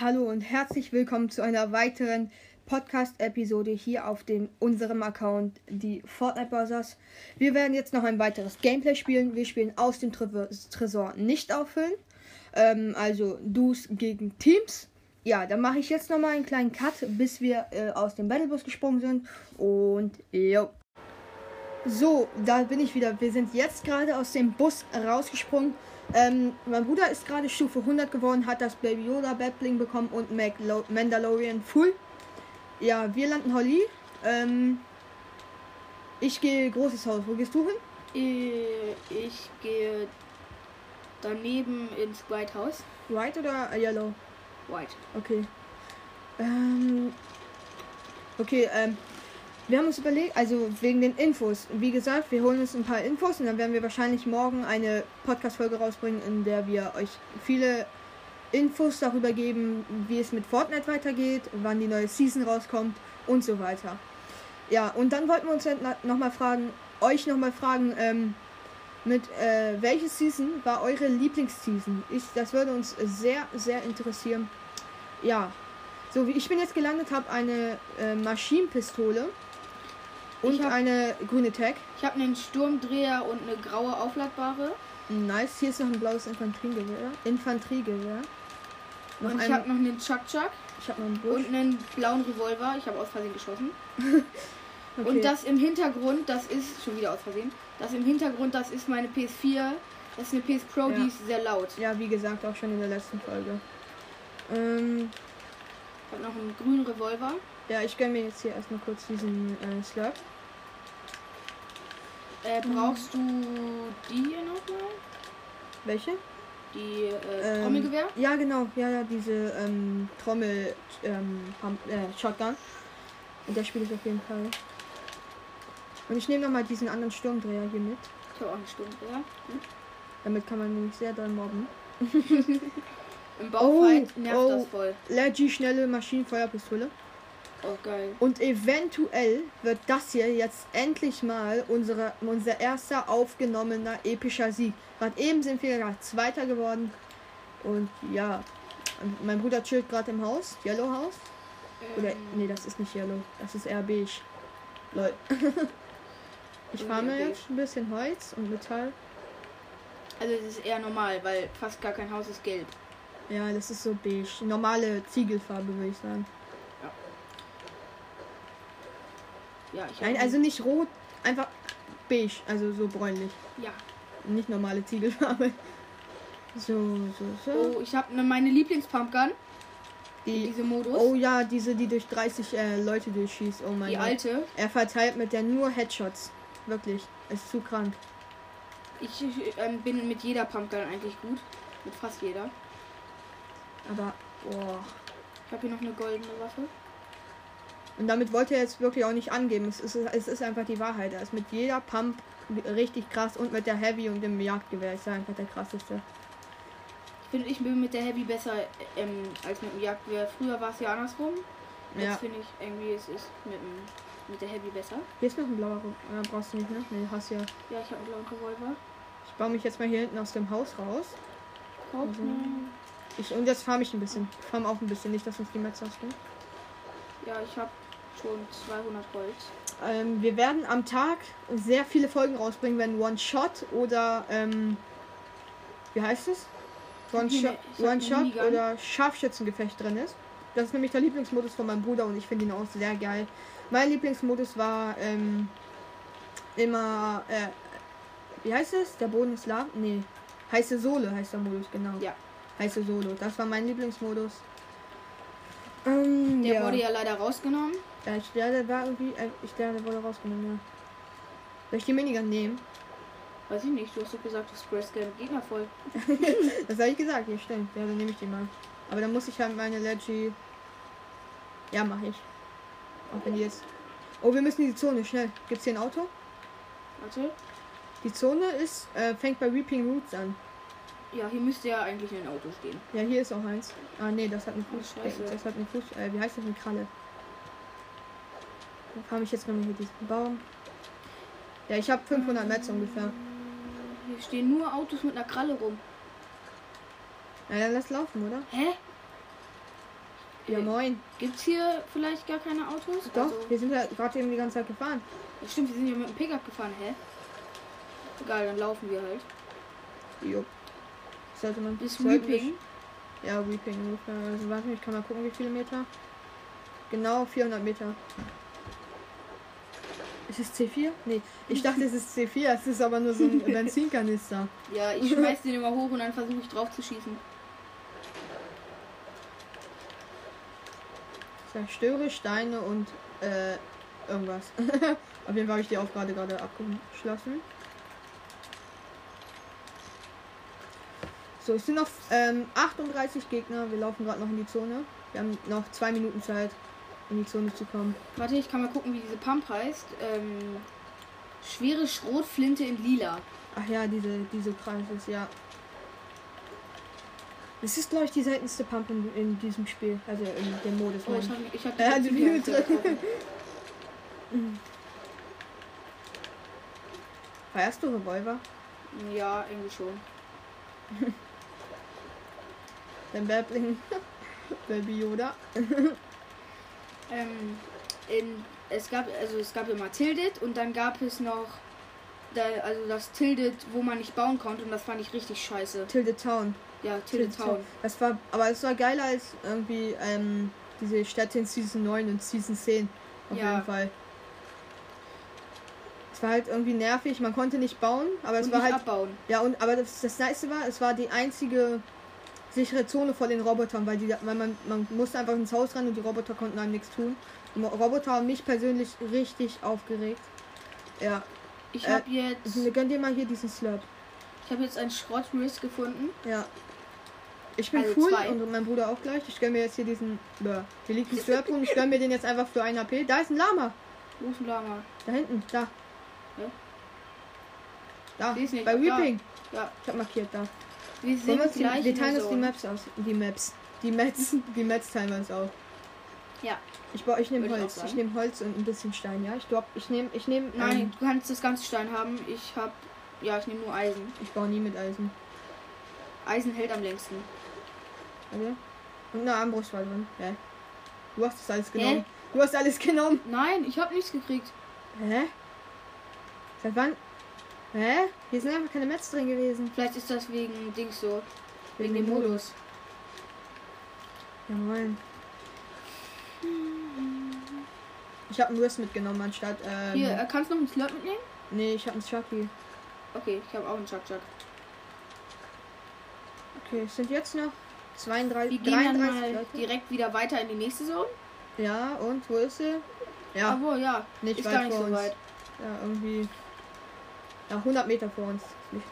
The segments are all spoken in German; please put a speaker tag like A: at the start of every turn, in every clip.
A: Hallo und herzlich willkommen zu einer weiteren Podcast-Episode hier auf dem, unserem Account, die Fortnite Brothers. Wir werden jetzt noch ein weiteres Gameplay spielen. Wir spielen aus dem Tre Tresor nicht auffüllen. Ähm, also Du's gegen Teams. Ja, dann mache ich jetzt nochmal einen kleinen Cut, bis wir äh, aus dem Battlebus gesprungen sind. Und jo. So, da bin ich wieder. Wir sind jetzt gerade aus dem Bus rausgesprungen. Ähm, mein Bruder ist gerade Stufe 100 geworden, hat das Baby Yoda Battling bekommen und Mac Lo Mandalorian Full. Ja, wir landen Holly. Ähm, ich gehe großes Haus. Wo gehst du hin?
B: Äh, Ich gehe daneben ins White House.
A: White oder Yellow?
B: White.
A: Okay. Ähm, okay, ähm, wir haben uns überlegt, also wegen den Infos. Wie gesagt, wir holen uns ein paar Infos und dann werden wir wahrscheinlich morgen eine Podcast-Folge rausbringen, in der wir euch viele Infos darüber geben, wie es mit Fortnite weitergeht, wann die neue Season rauskommt und so weiter. Ja, und dann wollten wir uns nochmal fragen, euch nochmal fragen, ähm, mit äh, welche Season war eure Lieblingsseason? Ich, das würde uns sehr, sehr interessieren. Ja, so wie ich bin jetzt gelandet, habe eine äh, Maschinenpistole und
B: Ich hab-
A: eine grüne Tag.
B: Ich habe einen Sturmdreher und eine graue aufladbare.
A: Nice. Hier ist noch ein blaues Infanteriegewehr. Infanteriegewehr. Noch
B: und
A: ein,
B: ich habe noch einen Chuck Chuck
A: ich hab noch einen Busch.
B: und einen blauen Revolver. Ich habe aus Versehen geschossen.
A: okay.
B: Und das im Hintergrund, das ist schon wieder aus Versehen. Das im Hintergrund, das ist meine PS4. Das ist eine PS Pro,
A: Ja.
B: die ist sehr laut.
A: Ja, wie gesagt, auch schon in der letzten Folge. Ähm,
B: Ich habe noch einen grünen Revolver.
A: ja, ich gönn mir jetzt hier erstmal kurz diesen äh, Slurp.
B: Äh,
A: Mhm.
B: brauchst du die hier nochmal?
A: Welche?
B: Die äh,
A: Ähm,
B: Trommelgewehr?
A: Ja, genau. Ja, ja, diese ähm, Trommel ähm, Pump- äh, Shotgun. Und der spiele ich auf jeden Fall. Und ich nehme nochmal diesen anderen Sturmdreher hier mit.
B: Ich habe auch einen Sturmdreher.
A: Damit kann man nämlich sehr doll mobben.
B: Im Bauchfight
A: Oh,
B: nervt
A: oh.
B: das voll.
A: Leggy schnelle Maschinenfeuerpistole.
B: Oh, geil.
A: Und eventuell wird das hier jetzt endlich mal unsere, unser erster aufgenommener epischer Sieg. Gerade eben sind wir gerade Zweiter geworden. Und ja, mein Bruder chillt gerade im Haus, Yellow Haus. Oder,
B: Mhm. Ähm,
A: nee, das ist nicht Yellow, das ist eher beige. Lol. ich
B: Und
A: fahre mir
B: eher
A: jetzt ein bisschen Holz und Metall.
B: Also es ist eher normal, weil fast gar kein Haus ist gelb.
A: Ja, das ist so beige. Normale Ziegelfarbe, würde ich sagen.
B: Ja, ich hab
A: Nein,
B: ihn-
A: also nicht rot, einfach beige, also so bräunlich.
B: ja.
A: Nicht normale Ziegelfarbe. So, so, so.
B: Oh, ich habe ne, meine Lieblingspumpgun,
A: die,
B: diese Modus,
A: oh ja, diese, die durch 30 äh, Leute durchschießt. Oh mein
B: die
A: Gott.
B: alte.
A: Er verteilt mit der nur Headshots. Wirklich. Ist zu krank.
B: Ich, ich ähm, bin mit jeder Pumpgun eigentlich gut, mit fast jeder.
A: Aber, boah.
B: Ich habe hier noch eine goldene Waffe.
A: Und damit wollte er jetzt wirklich auch nicht angeben. Es ist, es ist einfach die Wahrheit. Er ist mit jeder Pump richtig krass und mit der Heavy und dem Jagdgewehr ist er einfach der krasseste.
B: Ich finde, ich bin mit der Heavy besser äh, ähm, als mit dem Jagdgewehr. Früher war es ja andersrum. Jetzt
A: Ja.
B: finde ich irgendwie, es ist mit, dem, mit der Heavy besser.
A: Hier ist noch ein blauer Rum. Ja, brauchst du nicht, ne? Nee, hast ja.
B: Ja, ich habe einen blauen Revolver.
A: Ich baue mich jetzt mal hier hinten aus dem Haus raus.
B: Kauf,
A: Also-
B: ne?
A: Ich, und jetzt farm ich ein bisschen. Ich farm auch ein bisschen, nicht, dass uns die Metz ausgehen.
B: Ja, ich habe schon 200 Holz.
A: Ähm, wir werden am Tag sehr viele Folgen rausbringen, wenn One-Shot oder, ähm, wie heißt es?
B: Ich
A: One-Shot
B: hab eine- ich hab
A: One
B: eine
A: Shot
B: Minigun.
A: oder Scharfschützengefecht drin ist. Das ist nämlich der Lieblingsmodus von meinem Bruder und ich finde ihn auch sehr geil. Mein Lieblingsmodus war ähm, immer, äh, wie heißt es? Der Boden ist lahm? Nee. Heiße Sohle heißt der Modus, genau.
B: Ja.
A: Heiße Solo. Das war mein Lieblingsmodus. Ähm,
B: Der
A: ja.
B: wurde ja leider rausgenommen.
A: Ja, ich glaube, der war irgendwie. äh, Ich glaube, der wurde rausgenommen, ja. Soll ich die Minigun nehmen?
B: Weiß ich nicht, du hast doch gesagt, du sprayst gerne mit Gegner voll.
A: Das habe ich gesagt, ja stimmt. Ja, dann nehme ich die mal. Aber dann muss ich halt meine Leggy. Ja, mache ich. Auch wenn die jetzt. Oh, wir müssen in die Zone, schnell. Gibt's hier ein Auto?
B: Warte.
A: Die Zone ist, äh, fängt bei Reaping Roots an.
B: Ja, hier müsste ja eigentlich ein Auto stehen.
A: Ja, hier ist auch eins. Ah nee, das hat einen
B: Oh,
A: Fuß.
B: scheiße.
A: äh, das hat einen Fuß. Äh, wie heißt das? Eine Kralle. Dann fahre ich jetzt mal hier diesen Baum. Ja, ich habe 500 Metz ungefähr.
B: Hier stehen nur Autos mit einer Kralle rum.
A: Ja, dann lass laufen, oder?
B: Hä?
A: Ja, moin.
B: Gibt's hier vielleicht gar keine Autos?
A: Doch,
B: Also-
A: wir sind ja gerade eben die ganze Zeit gefahren.
B: Stimmt, wir sind ja mit dem Pickup gefahren, hä? Egal, dann laufen wir halt.
A: Jo. Sollte man.
B: Bis
A: sollten wir-
B: Weeping.
A: Ja, Weeping. ungefähr. Also, warte, ich kann mal gucken, wie viele Meter. Genau 400 Meter. Ist es C4? Nee, ich dachte, es ist C4. Es ist aber nur so ein Benzinkanister.
B: Ja, ich schmeiß den immer hoch und dann versuche ich drauf zu schießen.
A: Zerstöre Steine und äh, irgendwas. Auf jeden Fall habe ich die Aufgabe gerade abgeschlossen. So, es sind noch ähm, 38 Gegner. Wir laufen gerade noch in die Zone. Wir haben noch zwei Minuten Zeit, in die Zone zu kommen.
B: Warte, ich kann mal gucken, wie diese Pump heißt. Ähm, schwere Schrotflinte in lila.
A: Ach ja, diese, diese Kreise, ja. Das ist, glaube ich, die seltenste Pump in, in diesem Spiel. Also in dem Modus.
B: Oh,
A: meine
B: ich
A: ich.
B: hab, ich
A: Hm.
B: hab
A: Ja, die
B: Ziele
A: Bibel
B: nicht getroffen.
A: Feierst du Revolver?
B: Ja, irgendwie schon.
A: Dein Babbling. Baby Yoda.
B: Ähm, in, es gab, also es gab immer Tildet und dann gab es noch da, also das Tildet, wo man nicht bauen konnte und das fand ich richtig scheiße.
A: Tilted Town.
B: Ja, Tildet Town.
A: Das war, aber es war geiler als irgendwie ähm, diese Städte in Season 9 und Season 10. Auf
B: Ja.
A: jeden Fall. Es war halt irgendwie nervig. Man konnte nicht bauen, aber es
B: Und
A: war
B: nicht
A: halt.
B: abbauen.
A: Ja, und aber das, das Nice war, es war die einzige sichere Zone vor den Robotern, weil die da- weil man, man musste einfach ins Haus rein und die Roboter konnten einem nichts tun. Die Mo- Roboter haben mich persönlich richtig aufgeregt. Ja.
B: Ich
A: Äh,
B: habe jetzt,
A: Wir gönn dir mal hier diesen Slurp.
B: ich habe jetzt einen Schrott-Riss gefunden.
A: Ja. Ich bin
B: Also
A: cool
B: zwei.
A: und mein Bruder auch gleich. Ich gönn mir jetzt hier diesen. Bäh. Hier liegt ein Slurp rum. Ich gönn mir den jetzt einfach für 1 HP. Da ist ein Lama.
B: Wo ist ein Lama?
A: Da hinten. Da.
B: Hä?
A: Da.
B: Die ist nicht
A: Bei
B: da.
A: Weeping.
B: Ja,
A: Ich hab markiert da.
B: wir
A: Wollen
B: sind
A: wir uns die,
B: gleich
A: wir
B: in der
A: teilen uns die
B: Zone.
A: Maps aus. Die Maps. Die Maps. Die Maps teilen wir uns auf.
B: Ja.
A: Ich, bau- ich nehme
B: Würde ich
A: Holz.
B: auch
A: Ich,
B: sagen.
A: nehme Holz und ein bisschen Stein, ja. Ich glaube, ich nehme, ich nehme.
B: Nein,
A: Ähm,
B: du kannst das ganze Stein haben. Ich hab, ja, ich nehme nur Eisen.
A: ich baue nie mit Eisen.
B: Eisen hält am längsten.
A: Okay. Und eine Armbrust war drin. Hä? Du hast das alles
B: Hä?
A: genommen. Du hast alles genommen.
B: Nein, ich habe nichts gekriegt.
A: Hä? Seit wann? Hä? Hier sind einfach keine Maps drin gewesen.
B: Vielleicht ist das wegen Dings so.
A: Wegen dem
B: Wegen, dem Modus.
A: Ja, moin. Ich habe einen Riss mitgenommen anstatt. Ähm,
B: Hier, äh, kannst du noch einen Slot mitnehmen?
A: nee, ich habe einen Chucky.
B: Okay, ich habe auch einen Chuck Chuck.
A: Okay, es sind jetzt noch 32,
B: Wir gehen dann
A: 33
B: mal
A: Leute.
B: direkt wieder weiter in die nächste Zone.
A: Ja, und wo ist sie? Ja,
B: Obwohl, ja.
A: nicht
B: ist
A: weit
B: gar nicht
A: vor
B: so
A: uns.
B: weit.
A: Ja, irgendwie. Ja, 100 Meter vor uns. Ist Nicht,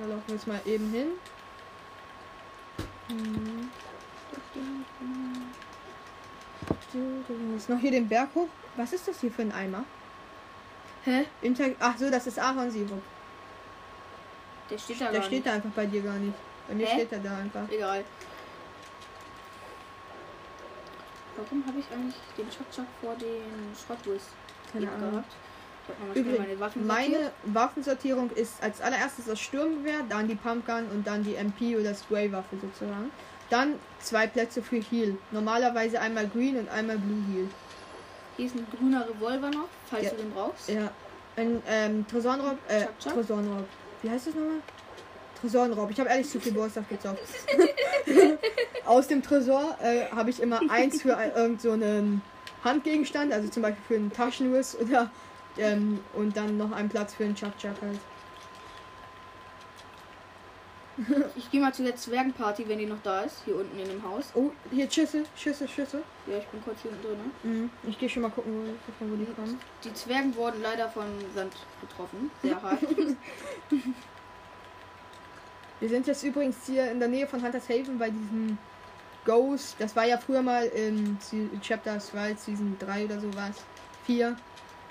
A: da laufen wir jetzt mal eben hin. Hm. Ist noch hier den Berg hoch. Was ist das hier für ein Eimer?
B: Hä?
A: Inter Ach so, das ist Ahornsirup.
B: Der steht da
A: Der
B: gar
A: steht
B: nicht.
A: da einfach bei dir gar nicht. Bei mir
B: Hä?
A: steht er da einfach.
B: Egal. Warum habe ich eigentlich den Chuck Chuck vor dem Schrottwurst
A: Keine Ahnung.
B: gehabt? Ich hab nochmal schnell
A: Übrigens,
B: meine Waffen sortiert.
A: meine Waffensortierung ist als allererstes das Sturmgewehr, dann die Pumpgun und dann die MP oder Spraywaffe sozusagen. Dann zwei Plätze für Heal. Normalerweise einmal Green und einmal Blue Heal.
B: Hier ist ein grüner Revolver noch, falls
A: Ja.
B: du den brauchst.
A: Ja. Ein ähm, Tresorenraub, äh,
B: Chuck, Chuck?
A: Tresorenraub. Wie heißt das nochmal? Tresorenraub. Ich habe ehrlich zu viel Borsttag gezockt. Aus dem Tresor äh, habe ich immer eins für ein, irgend so einen Handgegenstand, also zum Beispiel für einen Taschenriss oder ähm, und dann noch einen Platz für einen Chuck Chuck halt.
B: Ich gehe mal zu der Zwergenparty, wenn die noch da ist, hier unten in dem Haus.
A: Oh, hier Schüsse, Schüsse, Schüsse.
B: Ja, ich bin kurz hier unten drin. ne?
A: Mhm. Ich gehe schon mal gucken, wo, wo die kommen.
B: Die Zwergen wurden leider vom Sand getroffen. Sehr hart.
A: Wir sind jetzt übrigens hier in der Nähe von Hunters Haven bei diesem Ghost. Das war ja früher mal in Se- Chapter 2, Season 3 oder sowas. 4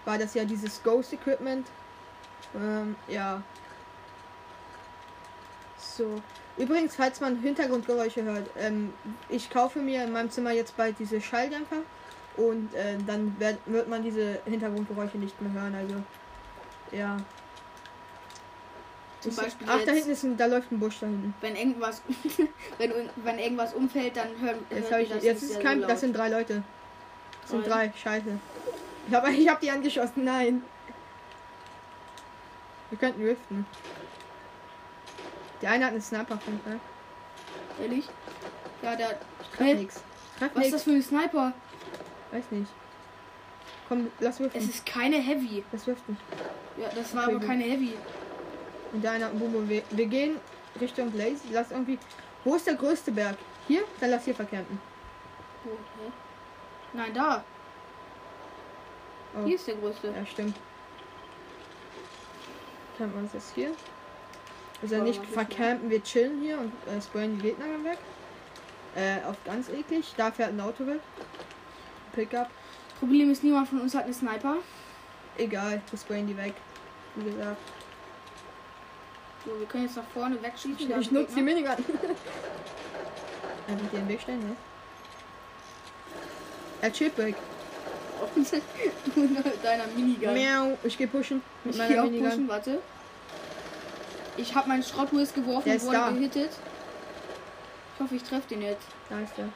A: war das ja dieses Ghost Equipment. Ähm, ja. So. Übrigens, falls man Hintergrundgeräusche hört, ähm, ich kaufe mir in meinem Zimmer jetzt bald diese Schalldämpfer und äh, dann werd, wird man diese Hintergrundgeräusche nicht mehr hören. Also, ja.
B: Zum Beispiel
A: Ach, da
B: jetzt,
A: hinten ist ein, da läuft ein Busch da hinten.
B: wenn irgendwas, wenn, un- wenn irgendwas umfällt, dann hören
A: Jetzt,
B: hört
A: hab
B: ihr
A: ich,
B: das
A: jetzt
B: nicht
A: ist
B: sehr
A: kein.
B: laut.
A: Das sind drei Leute. Das sind
B: Drei.
A: drei. Scheiße. Ich habe ich hab die angeschossen. Nein. Wir könnten riften. Der eine hat einen Sniper auf jeden Fall.
B: Ehrlich? Ja, der.
A: Ich
B: Hä?
A: treff nix. Ich treff
B: Was ist das
A: nix.
B: für ein Sniper?
A: Weiß nicht. Komm, lass
B: Es
A: wirften.
B: ist keine Heavy.
A: Lass wirften.
B: Ja, das war aber
A: Okay,
B: keine Heavy.
A: Und der eine hat einen Bumbo. Wir, wir gehen Richtung Blaze. Lass irgendwie. Wo ist der größte Berg? Hier? Dann lass hier vercampen.
B: Wo, hä? Nein, da.
A: Oh.
B: Hier ist der größte.
A: Ja, stimmt. Campen wir uns jetzt hier. Also
B: Boah,
A: nicht
B: das ist
A: vercampen, wir chillen hier und äh, sprayen die Gegner dann weg. Äh, auf ganz eklig. Da fährt ein Auto weg. Pickup.
B: Problem ist, niemand von uns hat einen Sniper.
A: Egal, wir sprayen die weg. Wie gesagt.
B: So, wir können jetzt nach vorne wegschießen.
A: Ich,
B: da
A: ich
B: sind
A: nutze die
B: Gegner.
A: Minigun. Einfach dir in den Weg stellen, ne? Er chillt weg.
B: Du mit deiner Minigun.
A: Miau. Ich geh pushen. Mit
B: ich
A: meiner
B: hier auch
A: Minigun.
B: pushen, warte. Ich habe meinen Schrottwurst geworfen,
A: Der ist
B: wurde
A: da.
B: gehittet. Ich hoffe, ich treffe den jetzt.
A: Da ist er.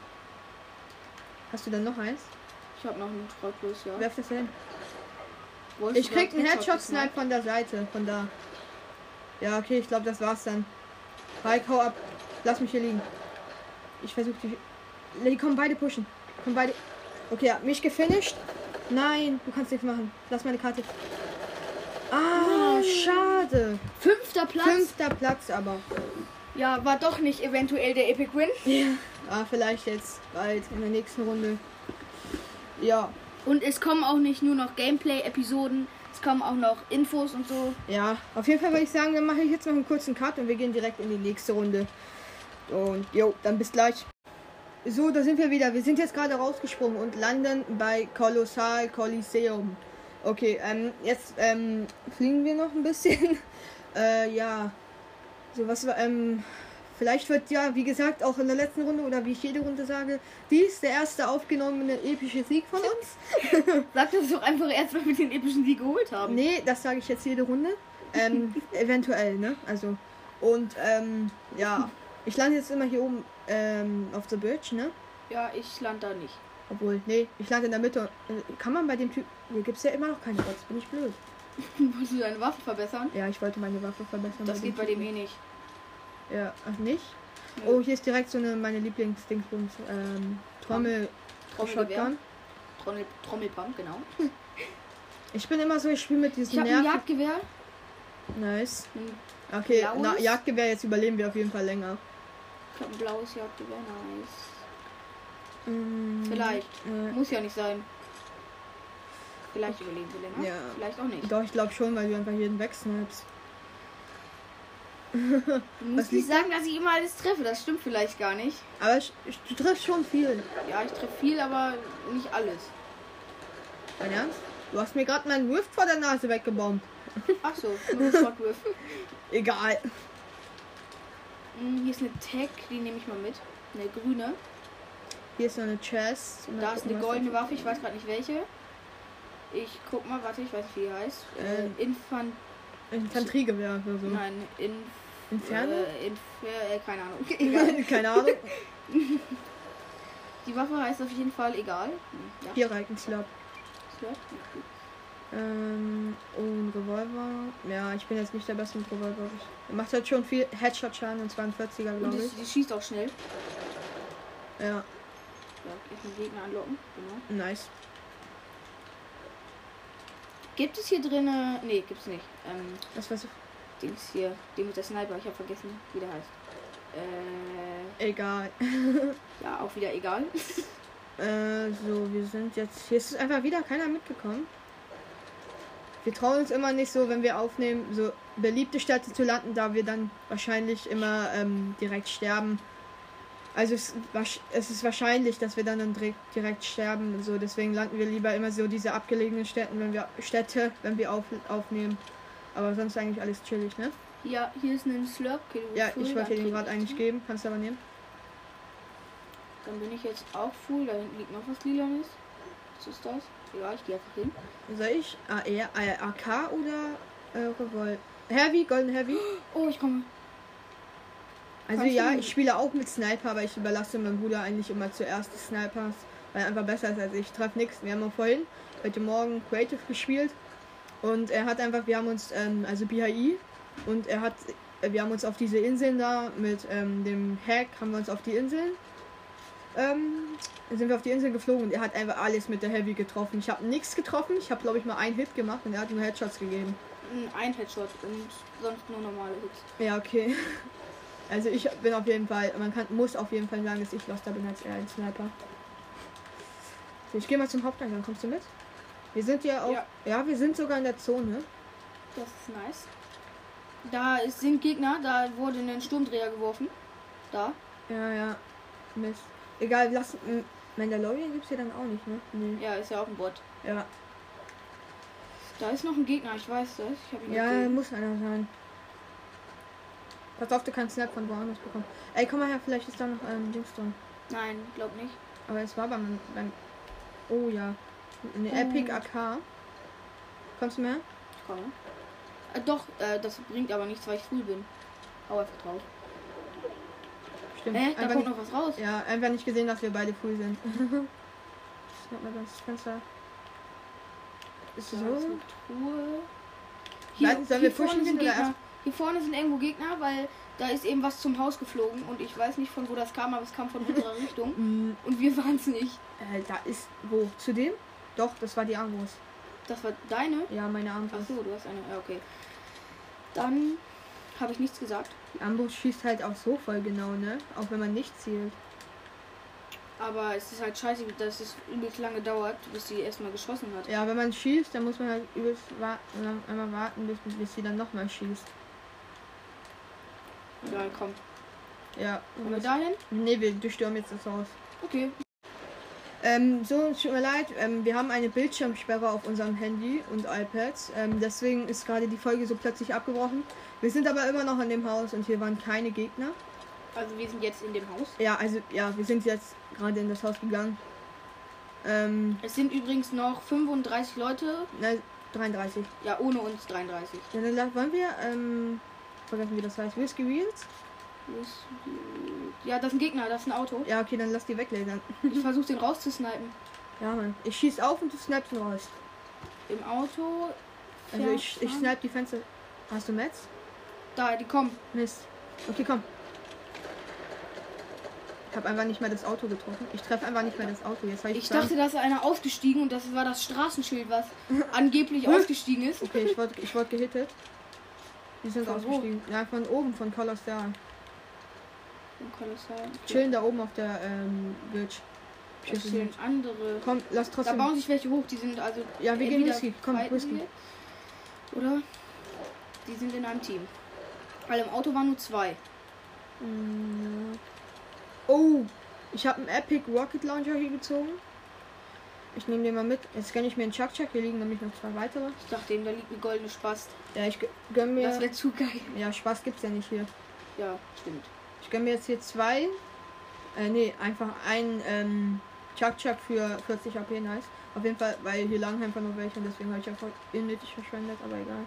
A: Hast du dann noch eins?
B: Ich habe noch einen Schrottwurst, ja.
A: Werf das hin.
B: Wolltest
A: Ich
B: du gerade
A: krieg einen Headshot-Snipe
B: gesniped?
A: von der Seite, von da. Ja, okay, ich glaube, das war's dann. Mike, hau ab. Lass mich hier liegen. Ich versuche die. Die kommen beide pushen. Kommen beide. Okay, er hat mich gefinisht. Nein, du kannst nichts machen. Lass meine Karte. Ah, schade.
B: Fünfter Platz.
A: Fünfter Platz aber.
B: Ja, war doch nicht eventuell der Epic Win.
A: Ah, vielleicht jetzt bald in der nächsten Runde. Ja,
B: Und es kommen auch nicht nur noch Gameplay-Episoden, es kommen auch noch Infos und so.
A: Ja, auf jeden Fall würde ich sagen, dann mache ich jetzt noch einen kurzen Cut und wir gehen direkt in die nächste Runde. Und jo, dann bis gleich. So, da sind wir wieder. Wir sind jetzt gerade rausgesprungen und landen bei Kolossal Coliseum. Okay, ähm, jetzt ähm, fliegen wir noch ein bisschen. äh, ja. So, was war, ähm, vielleicht wird ja, wie gesagt, auch in der letzten Runde oder wie ich jede Runde sage, dies der erste aufgenommene epische Sieg von uns.
B: Sag das doch einfach erst, weil wir den epischen Sieg geholt haben.
A: Nee, das sage ich jetzt jede Runde. Ähm, eventuell, ne? Also. Und ähm, ja, ich lande jetzt immer hier oben ähm, auf der Bridge, ne?
B: Ja, ich land da nicht.
A: Obwohl, nee, ich lande in der Mitte. Äh, Kann man bei dem Typ. Hier gibt es ja immer noch keine Bots, bin ich blöd.
B: Wolltest du deine Waffe verbessern?
A: Ja, ich wollte meine Waffe verbessern.
B: Das geht bei dem eh nicht.
A: Typen. Ja, ach nicht?
B: Nee.
A: Oh, hier ist direkt so eine meine Lieblingsdingsbums. Ähm, Trommel.
B: Trommelgewehr.
A: Shotgun.
B: Trommel, Trommelpump, genau.
A: Ich bin immer so, ich spiele mit
B: Ich
A: diesem
B: habe ein
A: Nerv.
B: Jagdgewehr. Hm,
A: Nice.
B: Ein-
A: Okay, na,
B: Blaues?
A: Jagdgewehr, jetzt überleben wir auf jeden Fall länger.
B: Ich habe ein blaues Jagdgewehr, nice.
A: Mm,
B: Vielleicht.
A: Äh,
B: Muss ja nicht sein. Vielleicht überleben wir länger.
A: äh, Ja.
B: Vielleicht auch nicht.
A: Doch, ich glaube schon, weil du einfach jeden wegsnipst.
B: Du musst
A: Was
B: nicht sagen, dass ich immer alles treffe. Das stimmt vielleicht gar nicht.
A: Aber ich, ich, du triffst schon viel.
B: Ja, ich treffe viel, aber nicht alles.
A: Dein Ernst? Du hast mir gerade meinen Rift vor der Nase weggebombt.
B: Ach so, nur Shotwurf.
A: Egal.
B: Hm, Hier ist eine Tag, die nehme ich mal mit. Eine grüne.
A: Hier ist noch eine Chest. Mal
B: Da ist
A: gucken,
B: eine
A: was
B: goldene Waffe, ich weiß gerade nicht welche. Ich guck mal, warte, ich weiß nicht, wie die heißt. Äh,
A: Ähm,
B: Infant.
A: Infanteriegewehr oder so.
B: Nein, in.
A: Inferno?
B: Äh, Inf- äh, keine Ahnung. Egal.
A: Keine Ahnung.
B: Die Waffe heißt auf jeden Fall egal. Hm, Ja,
A: Hier reicht ein Slap.
B: das hört.
A: Ähm, und Revolver. Ja, ich bin jetzt nicht der beste mit Revolver. Er macht halt schon viel Headshot-Schaden und 42er,
B: Und
A: glaube
B: die,
A: ich.
B: die schießt auch schnell.
A: Ja,
B: Ja, ich den Gegner anlocken. Genau.
A: nice.
B: Gibt es hier drinne. Nee, gibt's nicht. Ähm,
A: Das war's.
B: Dings hier. Den mit der Sniper, ich habe vergessen, wie der heißt. Äh,
A: Egal.
B: ja, auch wieder egal.
A: Äh, so, wir sind jetzt. Hier ist einfach wieder keiner mitgekommen. Wir trauen uns immer nicht so, wenn wir aufnehmen, so beliebte Städte zu landen, da wir dann wahrscheinlich immer ähm, direkt sterben. Also es, wasch- es ist wahrscheinlich, dass wir dann, dann direkt, direkt sterben. und So, deswegen landen wir lieber immer so diese abgelegenen Städten, wenn wir Städte, wenn wir auf, aufnehmen. Aber sonst eigentlich alles chillig, ne?
B: ja, hier ist ein Slurp. Okay, du bist
A: Ja,
B: full,
A: ich
B: dann
A: wollte dir den
B: krieg
A: gerade
B: ich
A: eigentlich
B: den.
A: geben, kannst du aber nehmen.
B: Dann bin ich jetzt auch full. Da hinten liegt noch was Lilanes. Was ist das? Egal, ich gehe einfach hin.
A: Soll ich AR, äh, AK E oder äh, Revol Heavy, Golden Heavy.
B: Oh, ich komme.
A: Also
B: Kannst du
A: ja,
B: den-
A: ich spiele auch mit Sniper, aber ich überlasse meinem Bruder eigentlich immer zuerst die Snipers, weil er einfach besser ist als ich. Ich treffe nichts. Wir haben auch vorhin, heute Morgen, Creative gespielt. Und er hat einfach, wir haben uns, ähm, also BHI, und er hat, äh, wir haben uns auf diese Inseln da mit ähm, dem Hack, haben wir uns auf die Inseln, ähm, sind wir auf die Insel geflogen und er hat einfach alles mit der Heavy getroffen. Ich habe nichts getroffen, ich habe glaube ich mal einen Hit gemacht und er hat nur Headshots gegeben.
B: Ein- Ein Headshot und sonst nur normale Hits.
A: Ja, okay. Also ich bin auf jeden Fall, man kann, muss auf jeden Fall sagen, dass ich loster bin als er ein Sniper. So, ich gehe mal zum Haupteingang, kommst du mit? Wir sind ja auch, ja,
B: Ja.
A: wir sind sogar in der Zone.
B: Das ist nice. Da ist, sind Gegner, da wurde ein Sturmdreher geworfen. Da.
A: Ja, ja, Mist. Egal, lass, m, Mandalorian gibt's hier dann auch nicht, ne? Nee.
B: Ja, ist ja auch ein Bot.
A: Ja,
B: Da ist noch ein Gegner, ich weiß das. Ich habe ihn
A: ja,
B: gesehen.
A: muss einer sein. Pass auf, du kannst Snap von woanders bekommen. Ey, komm mal her, vielleicht ist da noch ein Dings drin.
B: Nein, glaub nicht.
A: Aber es war beim, beim oh ja, eine Epic AK. Kommst du mehr?
B: Ich komme. Äh, doch, äh, das bringt aber nichts, weil ich früh bin. Hau einfach drauf.
A: Stimmt.
B: Hä? Da
A: einfach,
B: kommt
A: nicht,
B: noch was raus.
A: ja, einfach nicht gesehen, dass wir beide früh sind. ich hab mal das Fenster. Ist
B: Da
A: das
B: ist
A: so?
B: eine Truhe.
A: Weiß nicht, sollen wir pushen
B: vorne sind
A: gehen oder
B: Gegner.
A: erst-
B: Hier vorne sind irgendwo Gegner, weil da ist eben was zum Haus geflogen und ich weiß nicht von wo das kam, aber es kam von unserer Richtung.
A: Mm,
B: Und wir waren es nicht.
A: äh, da ist wo? Zu dem? Doch, das war die Armbrust.
B: Das war deine?
A: Ja, meine Armbrust.
B: Achso, du hast eine. Ja, okay. Dann habe ich nichts gesagt.
A: Die Armbrust schießt halt auch so voll genau, ne? Auch wenn man nicht zielt.
B: Aber es ist halt scheiße, dass es übelst lange dauert, bis sie erstmal geschossen hat.
A: Ja, wenn man schießt, dann muss man halt übelst wa lang- einmal warten, bis, bis sie dann nochmal schießt.
B: Ja, komm.
A: Ja,
B: Kommen wir dahin?
A: nee, wir durchstürmen jetzt das Haus.
B: Okay.
A: Ähm, so, es tut mir leid, ähm, wir haben eine Bildschirmsperre auf unserem Handy und iPads. Ähm, deswegen ist gerade die Folge so plötzlich abgebrochen. Wir sind aber immer noch in dem Haus und hier waren keine Gegner.
B: Also wir sind jetzt in dem Haus.
A: Ja, also ja, wir sind jetzt gerade in das Haus gegangen. Ähm,
B: Es sind übrigens noch 35 Leute.
A: na, 33.
B: Ja, ohne uns 33.
A: Ja, dann la- wollen wir, ähm, vergessen wie das heißt, Whiskey Wheels?
B: Ja, das ist ein Gegner, das ist ein Auto.
A: Ja, okay, dann lass die weglasern.
B: Ich versuche den rauszusnipen.
A: Ja, Mann. Ich schieß auf und du snipst ihn raus.
B: Im Auto.
A: Also ich, ich
B: fahren.
A: snipe die Fenster. Hast du Metz?
B: Da, die kommen.
A: Mist. Okay, komm. Ich habe einfach nicht mehr das Auto getroffen. Ich treffe einfach nicht mehr das Auto. Jetzt habe ich,
B: Ich
A: zwar-
B: dachte, da ist einer aufgestiegen und das war das Straßenschild, was angeblich
A: Hm.
B: aufgestiegen ist.
A: Okay, ich wurde ich wurde gehittet. Die sind
B: Von wo?
A: ausgestiegen. Ja, von oben, von Colossal.
B: Oh, Kolossal. Okay.
A: Chillen da oben auf der ähm, Bridge.
B: Das
A: Schießen.
B: sind andere.
A: Komm, lass
B: Da
A: trotzdem.
B: bauen sich welche hoch, die sind also.
A: Ja, wir gehen
B: entweder
A: Whisky. Komm,
B: fighten
A: Whisky.
B: die jetzt, Oder? Die sind in einem Team. Weil im Auto waren nur zwei.
A: Mm, ja. Oh, ich habe einen Epic Rocket Launcher hier gezogen. Ich nehme den mal mit. Jetzt gönne ich mir einen Chuck Chuck. Hier liegen nämlich noch zwei weitere.
B: Ich dachte eben, da liegt eine goldene Spast.
A: Ja, ich gö- gönn mir.
B: Das wäre zu geil.
A: ja, Spaß gibt's ja nicht hier.
B: Ja, stimmt.
A: Ich gönne mir jetzt hier zwei. Äh, nee, einfach ein ähm, Chuck Chuck für 40 AP, nice. Auf jeden Fall, weil hier lagen einfach nur welche und deswegen habe ich einfach unnötig verschwendet, aber egal.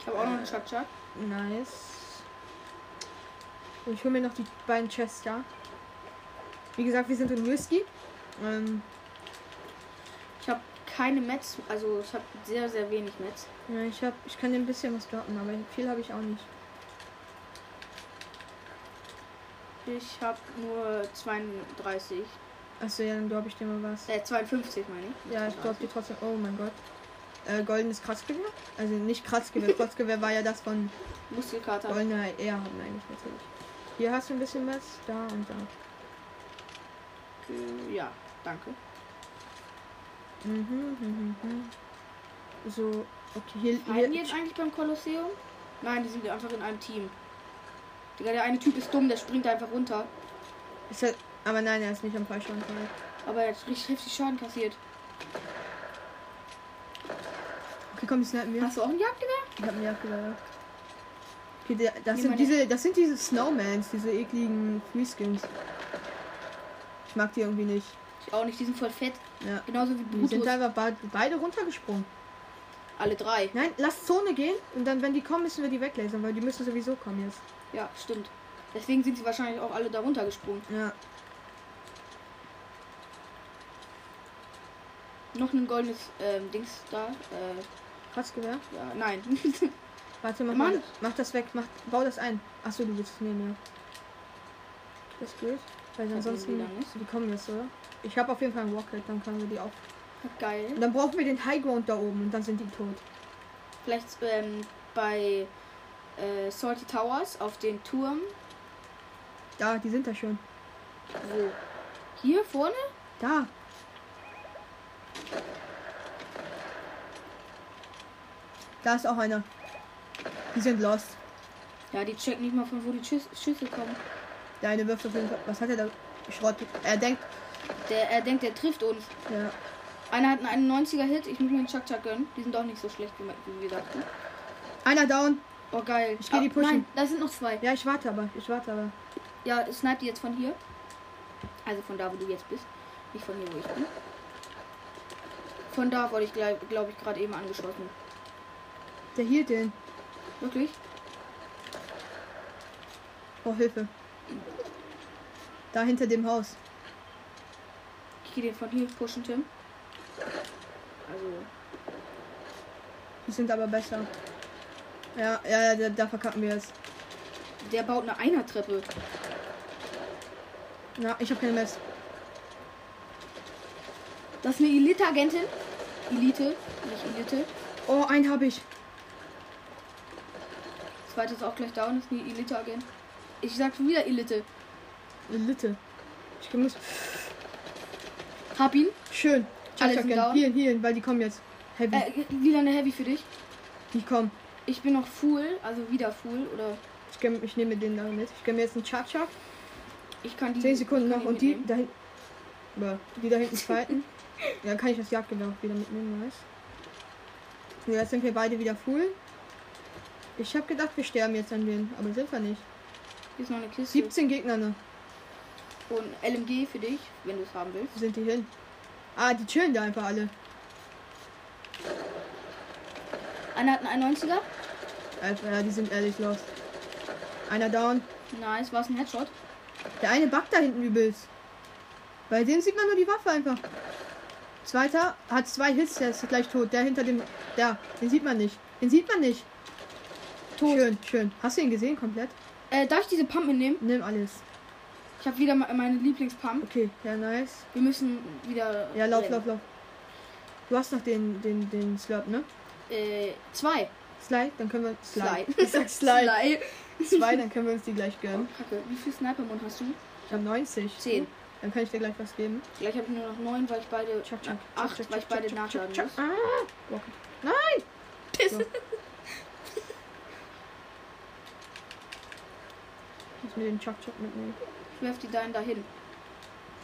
B: Ich habe auch noch einen Chuck-Chuck.
A: Nice. Und ich hole mir noch die beiden Chests, ja. Wie gesagt, wir sind in Whisky. Ähm,
B: Ich habe keine Mets, also ich habe sehr, sehr wenig Mets.
A: ja, ich hab, ich kann dir ein bisschen was droppen, aber viel habe ich auch nicht.
B: Ich habe nur 32,
A: Achso, ja, dann droppe ich dir mal was.
B: äh, 52 meine ich.
A: Ja, ich glaube die trotzdem. Oh mein Gott. Äh, goldenes Kratzgewehr? Also nicht Kratzgewehr. Kratzgewehr war ja das von
B: Muskelkater.
A: Goldene halt eher haben eigentlich natürlich. Hier hast du ein bisschen was, da und da.
B: Äh, Ja, danke.
A: Mhm, mhm, mhm. So, okay, hier,
B: Waren die
A: hier
B: jetzt eigentlich beim Kolosseum? Nein, die sind einfach in einem Team. Digga, der eine Typ ist dumm, der springt einfach runter.
A: ist er, aber nein, er ist nicht am falschen Teil.
B: Aber er hat richtig heftig Schaden kassiert.
A: Okay, komm, die snipen wir.
B: Hast du auch ein Jagdgewehr?
A: Ich hab mir abgejagt. Okay, der, das
B: Nimm
A: sind
B: mal
A: diese, das sind diese Snowmans, diese ekligen Freeskins. Ich mag die irgendwie nicht.
B: Ich auch nicht, die sind voll fett.
A: Ja.
B: Genauso wie
A: Die sind
B: Brutus.
A: einfach be beide runtergesprungen.
B: Alle drei.
A: Nein, lass Zone gehen und dann, wenn die kommen, müssen wir die weglasern, weil die müssen sowieso kommen jetzt.
B: Ja, stimmt. Deswegen sind sie wahrscheinlich auch alle darunter gesprungen.
A: Ja.
B: Noch ein goldenes ähm, Dings da. Äh,
A: Kratzgewehr.
B: ja, nein.
A: Warte, mach,
B: Mann.
A: mal, mach das weg. Mach, bau das ein. Achso, du willst es nehmen, ja. Das geht. Weil ansonsten.
B: wieder nicht.
A: Die kommen jetzt, oder? Ich habe auf jeden Fall ein Rocket, dann können wir die auf. Und
B: Geil.
A: dann brauchen wir den High Ground da oben und dann sind die tot.
B: Vielleicht ähm, bei äh, Salty Towers auf den Turm.
A: Da, die sind da schon.
B: Wo? Hier vorne?
A: Da. Da ist auch einer. Die sind lost.
B: Ja, die checken nicht mal von wo die Schüs Schüsse kommen.
A: Der eine wirft auf jeden Fall. Was hat er da? Schrott. Er denkt.
B: Der, er denkt, er trifft uns.
A: Ja.
B: Einer hat einen 91er Hit. Ich muss mir einen Chuck Chuck gönnen. Die sind doch nicht so schlecht, wie, man- wie wir dachten.
A: Einer down.
B: Oh, geil.
A: Ich geh die pushen.
B: Nein, da sind noch zwei.
A: Ja, ich warte aber. Ich warte aber.
B: Ja, ich snipe die jetzt von hier. Also von da, wo du jetzt bist. Nicht von hier, wo ich bin. Von da wurde ich, glaube ich, gerade eben angeschossen.
A: Der hielt den.
B: Wirklich?
A: Oh, Hilfe. Da hinter dem Haus.
B: Ich gehe den von hier pushen, Tim. Also,
A: Die sind aber besser. Ja, ja, ja, da, da verkacken wir jetzt.
B: der baut eine Einertreppe.
A: Na, ich habe keine Mess.
B: Das ist eine Elite-Agentin. Elite, nicht Elite.
A: Oh, einen habe ich.
B: Zweite ist auch gleich down, ist eine Elite-Agent. Ich sag schon wieder Elite.
A: Litte. Ich muss.
B: Hab ihn.
A: Schön.
B: Alle sind down.
A: Hier, hier, weil die kommen jetzt. Heavy.
B: Äh, wieder eine Heavy für dich.
A: Die kommen.
B: Ich bin noch full, also wieder full. Oder
A: Ich, gönn- ich nehme den da mit. Ich gönn mir jetzt einen Chak-Chak.
B: ich kann die.
A: 10 Sekunden
B: Mhm. kann
A: noch
B: die
A: und die
B: mitnehmen.
A: da hinten. Bäh. Die da hinten zweiten. ja, dann kann ich das Jagdgewehr auch wieder mitnehmen, nice. Ja, jetzt sind wir beide wieder full. Ich habe gedacht, wir sterben jetzt an denen, aber sind wir nicht.
B: Hier ist noch eine Kiste.
A: 17 Gegner ne? noch.
B: Und LMG für dich, wenn du es haben willst.
A: Wo sind die hin? Ah, die chillen da einfach alle.
B: Einer hat einen 91er.
A: Alter, ja, die sind ehrlich los. Einer down.
B: Nice, war es ein Headshot.
A: Der eine backt da hinten übelst. Bei dem sieht man nur die Waffe einfach. Zweiter hat zwei Hits, der ist gleich tot. Der hinter dem. Da, den sieht man nicht. Den sieht man nicht.
B: Tot.
A: Schön, schön. Hast du ihn gesehen komplett?
B: Äh, darf ich diese Pump mitnehmen?
A: Nimm alles.
B: Ich habe wieder me- meine Lieblingspump.
A: Okay, ja, nice.
B: Wir müssen wieder.
A: Ja, lauf,
B: rennen.
A: lauf, lauf. Du hast noch den, den, den Slurp, ne?
B: Äh, zwei.
A: Slide, dann können wir.
B: Slide.
A: Ich sag Slide.
B: Slide.
A: Zwei, dann können wir uns die gleich gönnen.
B: Kacke, wie viel Sniper-Mund hast du?
A: Ich hab 90.
B: Zehn.
A: Dann kann ich dir gleich was geben.
B: Gleich habe ich nur noch neun, weil ich beide.
A: Chuck, chuck,
B: Acht,
A: chuck,
B: weil ich
A: chuck,
B: beide
A: chuck,
B: nachladen
A: chuck,
B: muss.
A: chuck. Ah, Rocket. Nein!
B: Piss.
A: So. Ich muss mir den Chuck Chuck mitnehmen.
B: Ich werf die deinen dahin.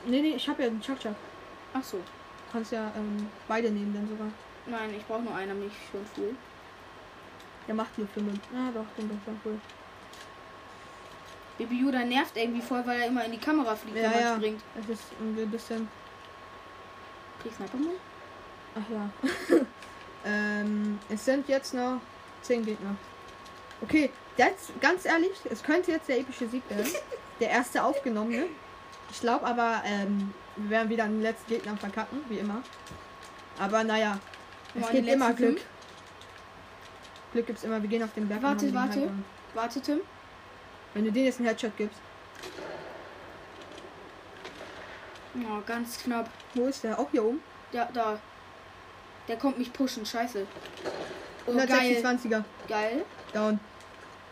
A: Nee, nee, ich habe ja den Chuck Chuck.
B: Ach so.
A: Kannst ja ähm, beide nehmen dann sogar.
B: Nein, ich brauche nur einer, mich schon viel.
A: Der macht nur 5. Ah, doch, den ist dann cool.
B: Baby Yoda nervt irgendwie voll, weil er immer in die Kamera fliegt,
A: Ja,
B: wenn man
A: ja.
B: springt.
A: Es ist irgendwie ein bisschen.
B: Krieg Sniper-Mund?
A: Ach ja. ähm, es sind jetzt noch 10 Gegner. Okay, das, ganz ehrlich, es könnte jetzt der epische Sieg werden. Der erste aufgenommene. Ich glaube aber, ähm, wir werden wieder den letzten Gegner verkacken, wie immer. Aber naja, es
B: Guck mal, die
A: gibt immer
B: letzten
A: Glück.
B: fünf.
A: Glück gibt's immer, wir gehen auf den Berg. und
B: Warte,
A: haben den
B: warte.
A: Highground.
B: Warte, Tim.
A: Wenn du denen jetzt einen Headshot gibst,
B: Oh, ganz knapp.
A: wo ist der? Auch hier oben?
B: Ja, da. Der kommt mich pushen, scheiße. Oh, geil.
A: 126er.
B: Geil.
A: Down.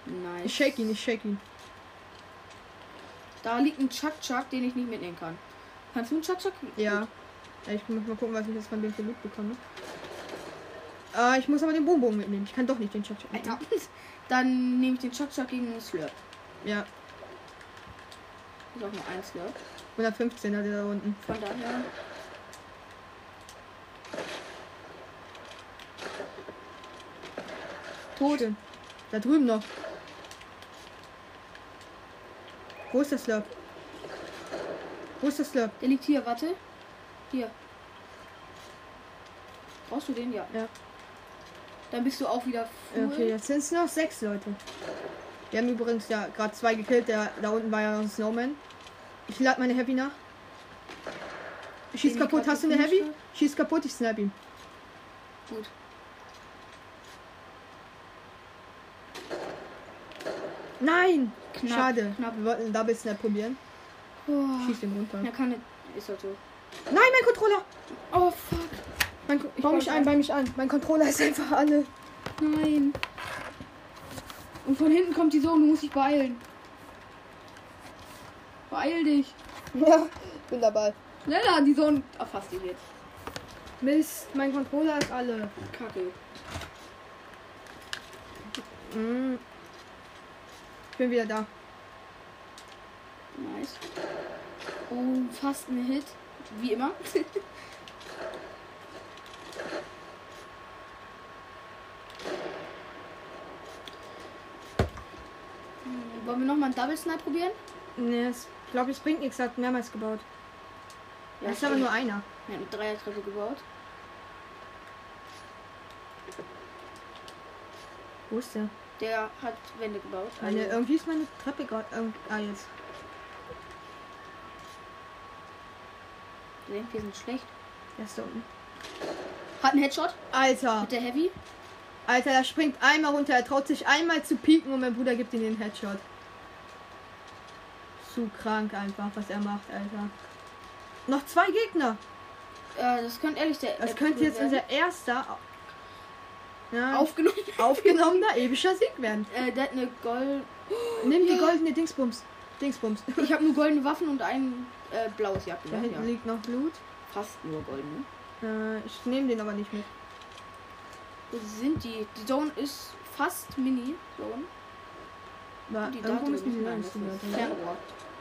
B: Nice.
A: Ich shake ihn, ich shake ihn.
B: Da liegt ein Chuck Chuck, den ich nicht mitnehmen kann. Kannst du einen Chuck Chuck?
A: Ja.
B: Gut.
A: Ja, Ich muss mal gucken, was ich jetzt von dem für Loot bekomme. Äh, ich muss aber den Bonbon mitnehmen. Ich kann doch nicht den Chuck Chuck mitnehmen.
B: Alter. Dann nehme ich den Chuck Chuck gegen den Slurp.
A: Ja,
B: Ist auch nur ein Slurp.
A: 115 hat er da unten.
B: Von daher.
A: Tot. Schön. Da drüben noch. Wo ist das Slurp? Wo ist das Slurp?
B: Der liegt hier, warte. Hier. Brauchst du den? Ja.
A: Ja.
B: Dann bist du auch wieder früh.
A: Äh, Okay, jetzt sind es noch sechs Leute. Wir haben übrigens ja gerade zwei gekillt. Der, da unten war ja noch ein Snowman. Ich lade meine Heavy nach. Schieß
B: Den
A: kaputt.
B: ich grad
A: Hast du eine
B: gefinisht
A: Heavy? Schieß kaputt, ich snap ihn.
B: Gut.
A: Nein!
B: Knapp,
A: Schade.
B: knapp. Ah,
A: Wir wollten einen Double Snap probieren.
B: Boah.
A: Schieß ihn runter.
B: Na kann Ist er tot.
A: Nein, mein Controller!
B: Oh fuck.
A: Mein, Ko- bau mich
B: wollte
A: ein, bau mich an. Mein Controller ist einfach alle.
B: Nein. Und von hinten kommt die Zone, du musst dich beeilen. Beeil dich.
A: Ja, bin dabei.
B: Schneller, die Zone. Ah, fast die jetzt.
A: Mist, mein Controller ist alle.
B: Kacke.
A: Mm. Ich bin wieder da.
B: Nice. Oh, fast ein Hit. Wie immer. Hm, Wollen wir nochmal einen Double Snipe probieren?
A: Nee, es- ich glaube, es bringt nichts. Er hat mehrmals gebaut. Ja, ist aber
B: stimmt.
A: nur einer.
B: Wir haben eine Dreiertreppe gebaut.
A: Wo ist der?
B: Der hat Wände gebaut. Also,
A: Meine, irgendwie ist meine Treppe gerade. Ähm, ah, jetzt.
B: Nee, wir sind schlecht.
A: Der ist da unten.
B: Hat einen Headshot
A: Alter,
B: mit der Heavy.
A: Alter, er springt einmal runter. Er traut sich einmal zu pieken und mein Bruder gibt ihm den Headshot. Zu krank einfach, was er macht, Alter. Noch zwei Gegner.
B: Äh, das könnte ehrlich der.
A: Das
B: der
A: könnte jetzt
B: werden.
A: unser erster. Ja,
B: aufgenommen.
A: aufgenommener epischer Sieg werden.
B: äh, der hat eine Gold.
A: Nimm die goldene Dingsbums. Dingsbums.
B: Ich habe nur goldene Waffen und ein äh, blaues Jacke.
A: Da hinten
B: Ja.
A: liegt noch Blut.
B: Fast nur goldene.
A: Äh, ich nehme den aber nicht mit.
B: Wo sind die? Die Zone ist fast mini. Zone.
A: War,
B: Die
A: irgendwo
B: drin.
A: äh, müssen die sein.
B: Nein, das ist
A: die Leute.
B: Fernrohr.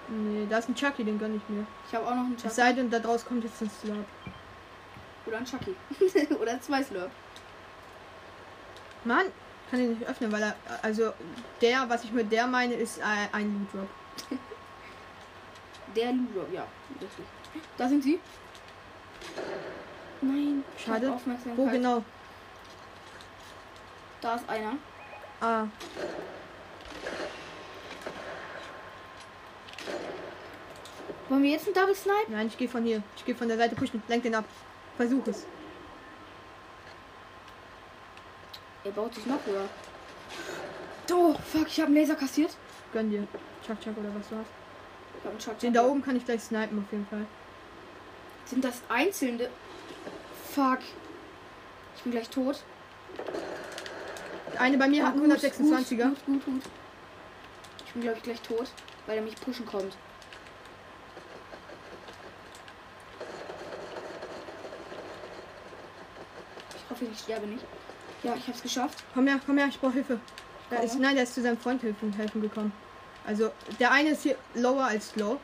A: Nee, da ist ein Chucky, den gönn ich mir.
B: Ich habe auch noch einen
A: Es
B: Chucky.
A: sei denn, da draus kommt jetzt ein Slurp.
B: Oder einen Chucky. Oder zwei Slurp.
A: Mann, kann den nicht öffnen, weil er. Also, der, was ich mit der meine, ist ein, ein Loot Drop.
B: Der Lula, ja. Richtig. Da sind sie. Nein. ich hab
A: Schade.
B: Aufmerksamkeit.
A: Wo genau?
B: Da ist einer.
A: Ah,
B: Wollen wir jetzt einen Double Snipe?
A: nein, ich gehe von hier. Ich gehe von der Seite pushen. Lenk den ab. Versuch es.
B: Er baut sich noch höher. Oh, fuck, ich habe einen Laser kassiert.
A: Gönn dir. Chuck, Chuck oder was du hast.
B: Ich hab einen Chuck
A: Den da oben kann ich gleich snipen auf jeden Fall.
B: Sind das einzelne? Fuck. Ich bin gleich tot.
A: Der eine bei mir
B: Ja,
A: hat
B: gut,
A: einen 126er.
B: Gut, gut, gut. Ich bin, glaube ich, gleich tot, weil er mich pushen kommt. Ich hoffe, ich sterbe nicht. Ja, ich hab's geschafft.
A: Komm her, komm her, ich brauche Hilfe. Da
B: Komm
A: ist,
B: her.
A: nein, der ist zu seinem Freund helfen, helfen gekommen. Also, der eine ist hier lower als low.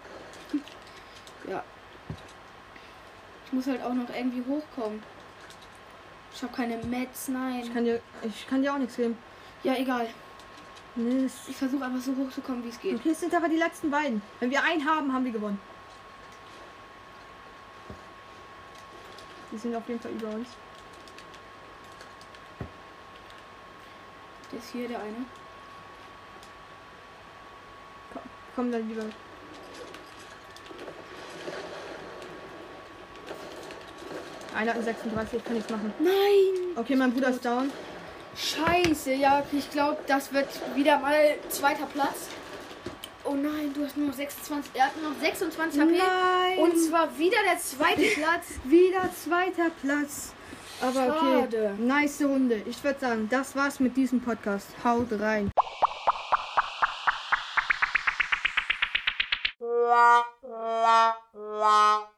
B: Ja. Ich muss halt auch noch irgendwie hochkommen. Ich hab keine Mets,
A: Ich
B: nein.
A: kann dir, ich kann dir auch nichts geben.
B: Ja, egal.
A: Mist.
B: Ich versuche einfach so hoch zu kommen, wie es geht.
A: Okay, es sind aber die letzten beiden. Wenn wir einen haben, haben wir gewonnen. Die sind auf jeden Fall über uns.
B: Das ist hier der eine.
A: Komm dann lieber. Einer hat einen 36, ich kann nichts machen.
B: Nein!
A: Okay, mein Bruder ist down.
B: Scheiße, ja, ich glaube, das wird wieder mal zweiter Platz. Oh nein, du hast nur noch 26, er hat nur noch 26 HP.
A: Nein!
B: Und zwar wieder der zweite Platz.
A: Wieder zweiter Platz. Aber okay,
B: Schade.
A: nice Runde. Ich würde sagen, das war's mit diesem Podcast. Haut rein.
C: la la la